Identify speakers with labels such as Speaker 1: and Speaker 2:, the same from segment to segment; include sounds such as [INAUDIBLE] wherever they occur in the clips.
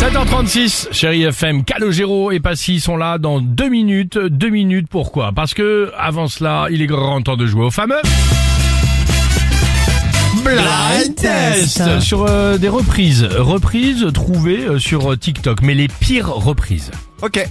Speaker 1: Allez. 7h36, chérie FM, Calogero et Passy sont là dans deux minutes. Deux minutes, pourquoi Parce que, avant cela, il est grand temps de jouer au fameux... Blind Test Sur euh, des reprises. Reprises trouvées euh, sur euh, TikTok, mais les pires reprises.
Speaker 2: Ok.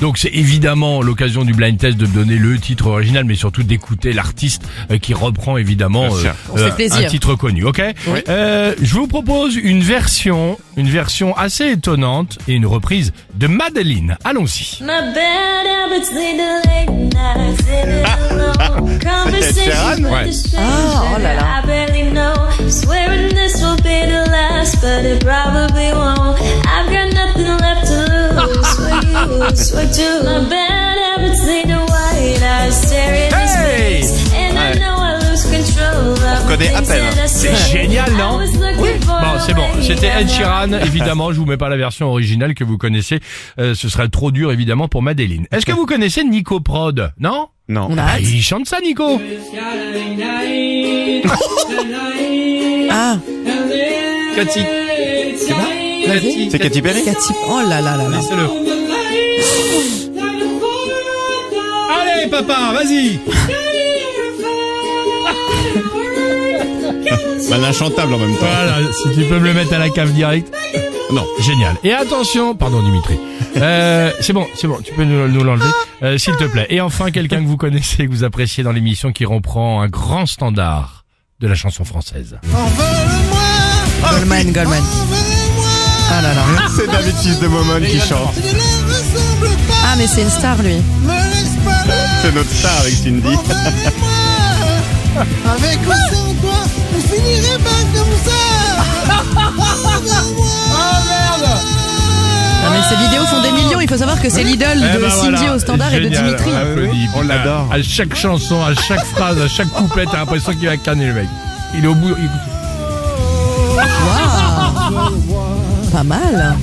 Speaker 1: Donc c'est évidemment l'occasion du blind test de donner le titre original, mais surtout d'écouter l'artiste euh, qui reprend évidemment
Speaker 2: Bien
Speaker 1: euh,
Speaker 2: sûr.
Speaker 1: euh, un titre connu. Ok. Euh, je vous propose une version, une version assez étonnante et une reprise de Madeleine. Allons-y.
Speaker 3: My bad habits lead to late nights
Speaker 1: [LAUGHS]
Speaker 3: in it alone. Conversations
Speaker 2: Sharon?
Speaker 3: with the stranger that I barely know. Swearing this will be the last, but it probably won't. I've got nothing left to lose.
Speaker 1: [LAUGHS]
Speaker 3: What you, what you? My bad habits lead to white eyes staring at
Speaker 1: Hey!
Speaker 3: space. And I
Speaker 2: Ouais.
Speaker 3: know I lose control of
Speaker 2: connaît à
Speaker 3: the things
Speaker 2: peine.
Speaker 3: that I
Speaker 1: C'est
Speaker 3: say.
Speaker 1: génial, non
Speaker 3: I was looking for
Speaker 1: Bon, c'est
Speaker 3: a
Speaker 1: bon.
Speaker 3: way
Speaker 1: C'était Ed
Speaker 3: out.
Speaker 1: Sheeran. Évidemment, je vous mets pas la version originale que vous connaissez. Euh, ce serait trop dur, évidemment, pour Madeleine. Est-ce que vous connaissez Nico Prod Non
Speaker 2: Non.
Speaker 4: On a
Speaker 1: Ah,
Speaker 4: hâte.
Speaker 1: Il chante ça, Nico.
Speaker 4: Ah,
Speaker 1: Cathy. C'est pas
Speaker 2: C'est Katy Perry
Speaker 4: Cathy. Oh là là là là.
Speaker 1: le Allez, papa, vas-y.
Speaker 2: Mal inchantable en même temps.
Speaker 1: Voilà, si tu peux me le mettre à la cave direct. Non, génial. Et attention, pardon Dimitri. Euh, c'est bon, c'est bon, tu peux nous, nous l'enlever, euh, s'il te plaît. Et enfin, quelqu'un que vous connaissez, que vous appréciez dans l'émission, qui reprend un grand standard de la chanson française.
Speaker 4: Goldman, Goldman. Ah là là.
Speaker 2: C'est David Fils de Momon qui chante.
Speaker 4: Ah, mais c'est une star, lui.
Speaker 2: C'est notre star avec Cindy.
Speaker 4: Non, mais ces vidéos font des millions. Il faut savoir que c'est l'idole
Speaker 1: Eh
Speaker 4: de
Speaker 1: ben
Speaker 4: Cindy
Speaker 1: voilà,
Speaker 4: au standard et de
Speaker 1: génial.
Speaker 4: Dimitri.
Speaker 1: On applaudit.
Speaker 2: On l'adore.
Speaker 1: À chaque chanson, à chaque phrase, à chaque couplet, t'as l'impression qu'il va canner le mec. Il est au bout. il-
Speaker 4: Pas mal.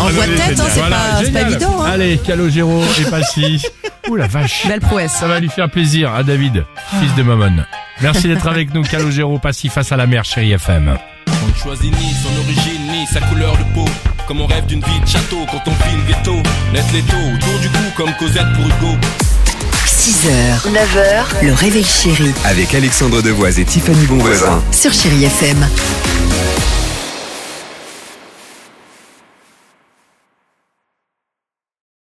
Speaker 4: Envoie
Speaker 2: Ah,
Speaker 4: tête, hein, c'est
Speaker 1: Voilà,
Speaker 4: pas, c'est pas
Speaker 1: génial.
Speaker 4: évident. Hein.
Speaker 1: Allez, Calogero et
Speaker 4: [LAUGHS]
Speaker 1: Passy. Ouh la vache.
Speaker 4: Belle prouesse.
Speaker 1: Ça va lui faire plaisir à David, fils de Mammon. Merci d'être avec nous, Calogero Passy face à la mer, chérie FM.
Speaker 5: On ne choisit ni son origine, ni sa couleur de peau. Comme on rêve d'une vie de château quand on vit le ghetto. Laisse les taux autour du cou comme Cosette pour Hugo.
Speaker 4: 6h, 9h, le réveil chéri
Speaker 6: Avec Alexandre Devoise et Tiffany Bonvoisin.
Speaker 4: sur Chéri FM.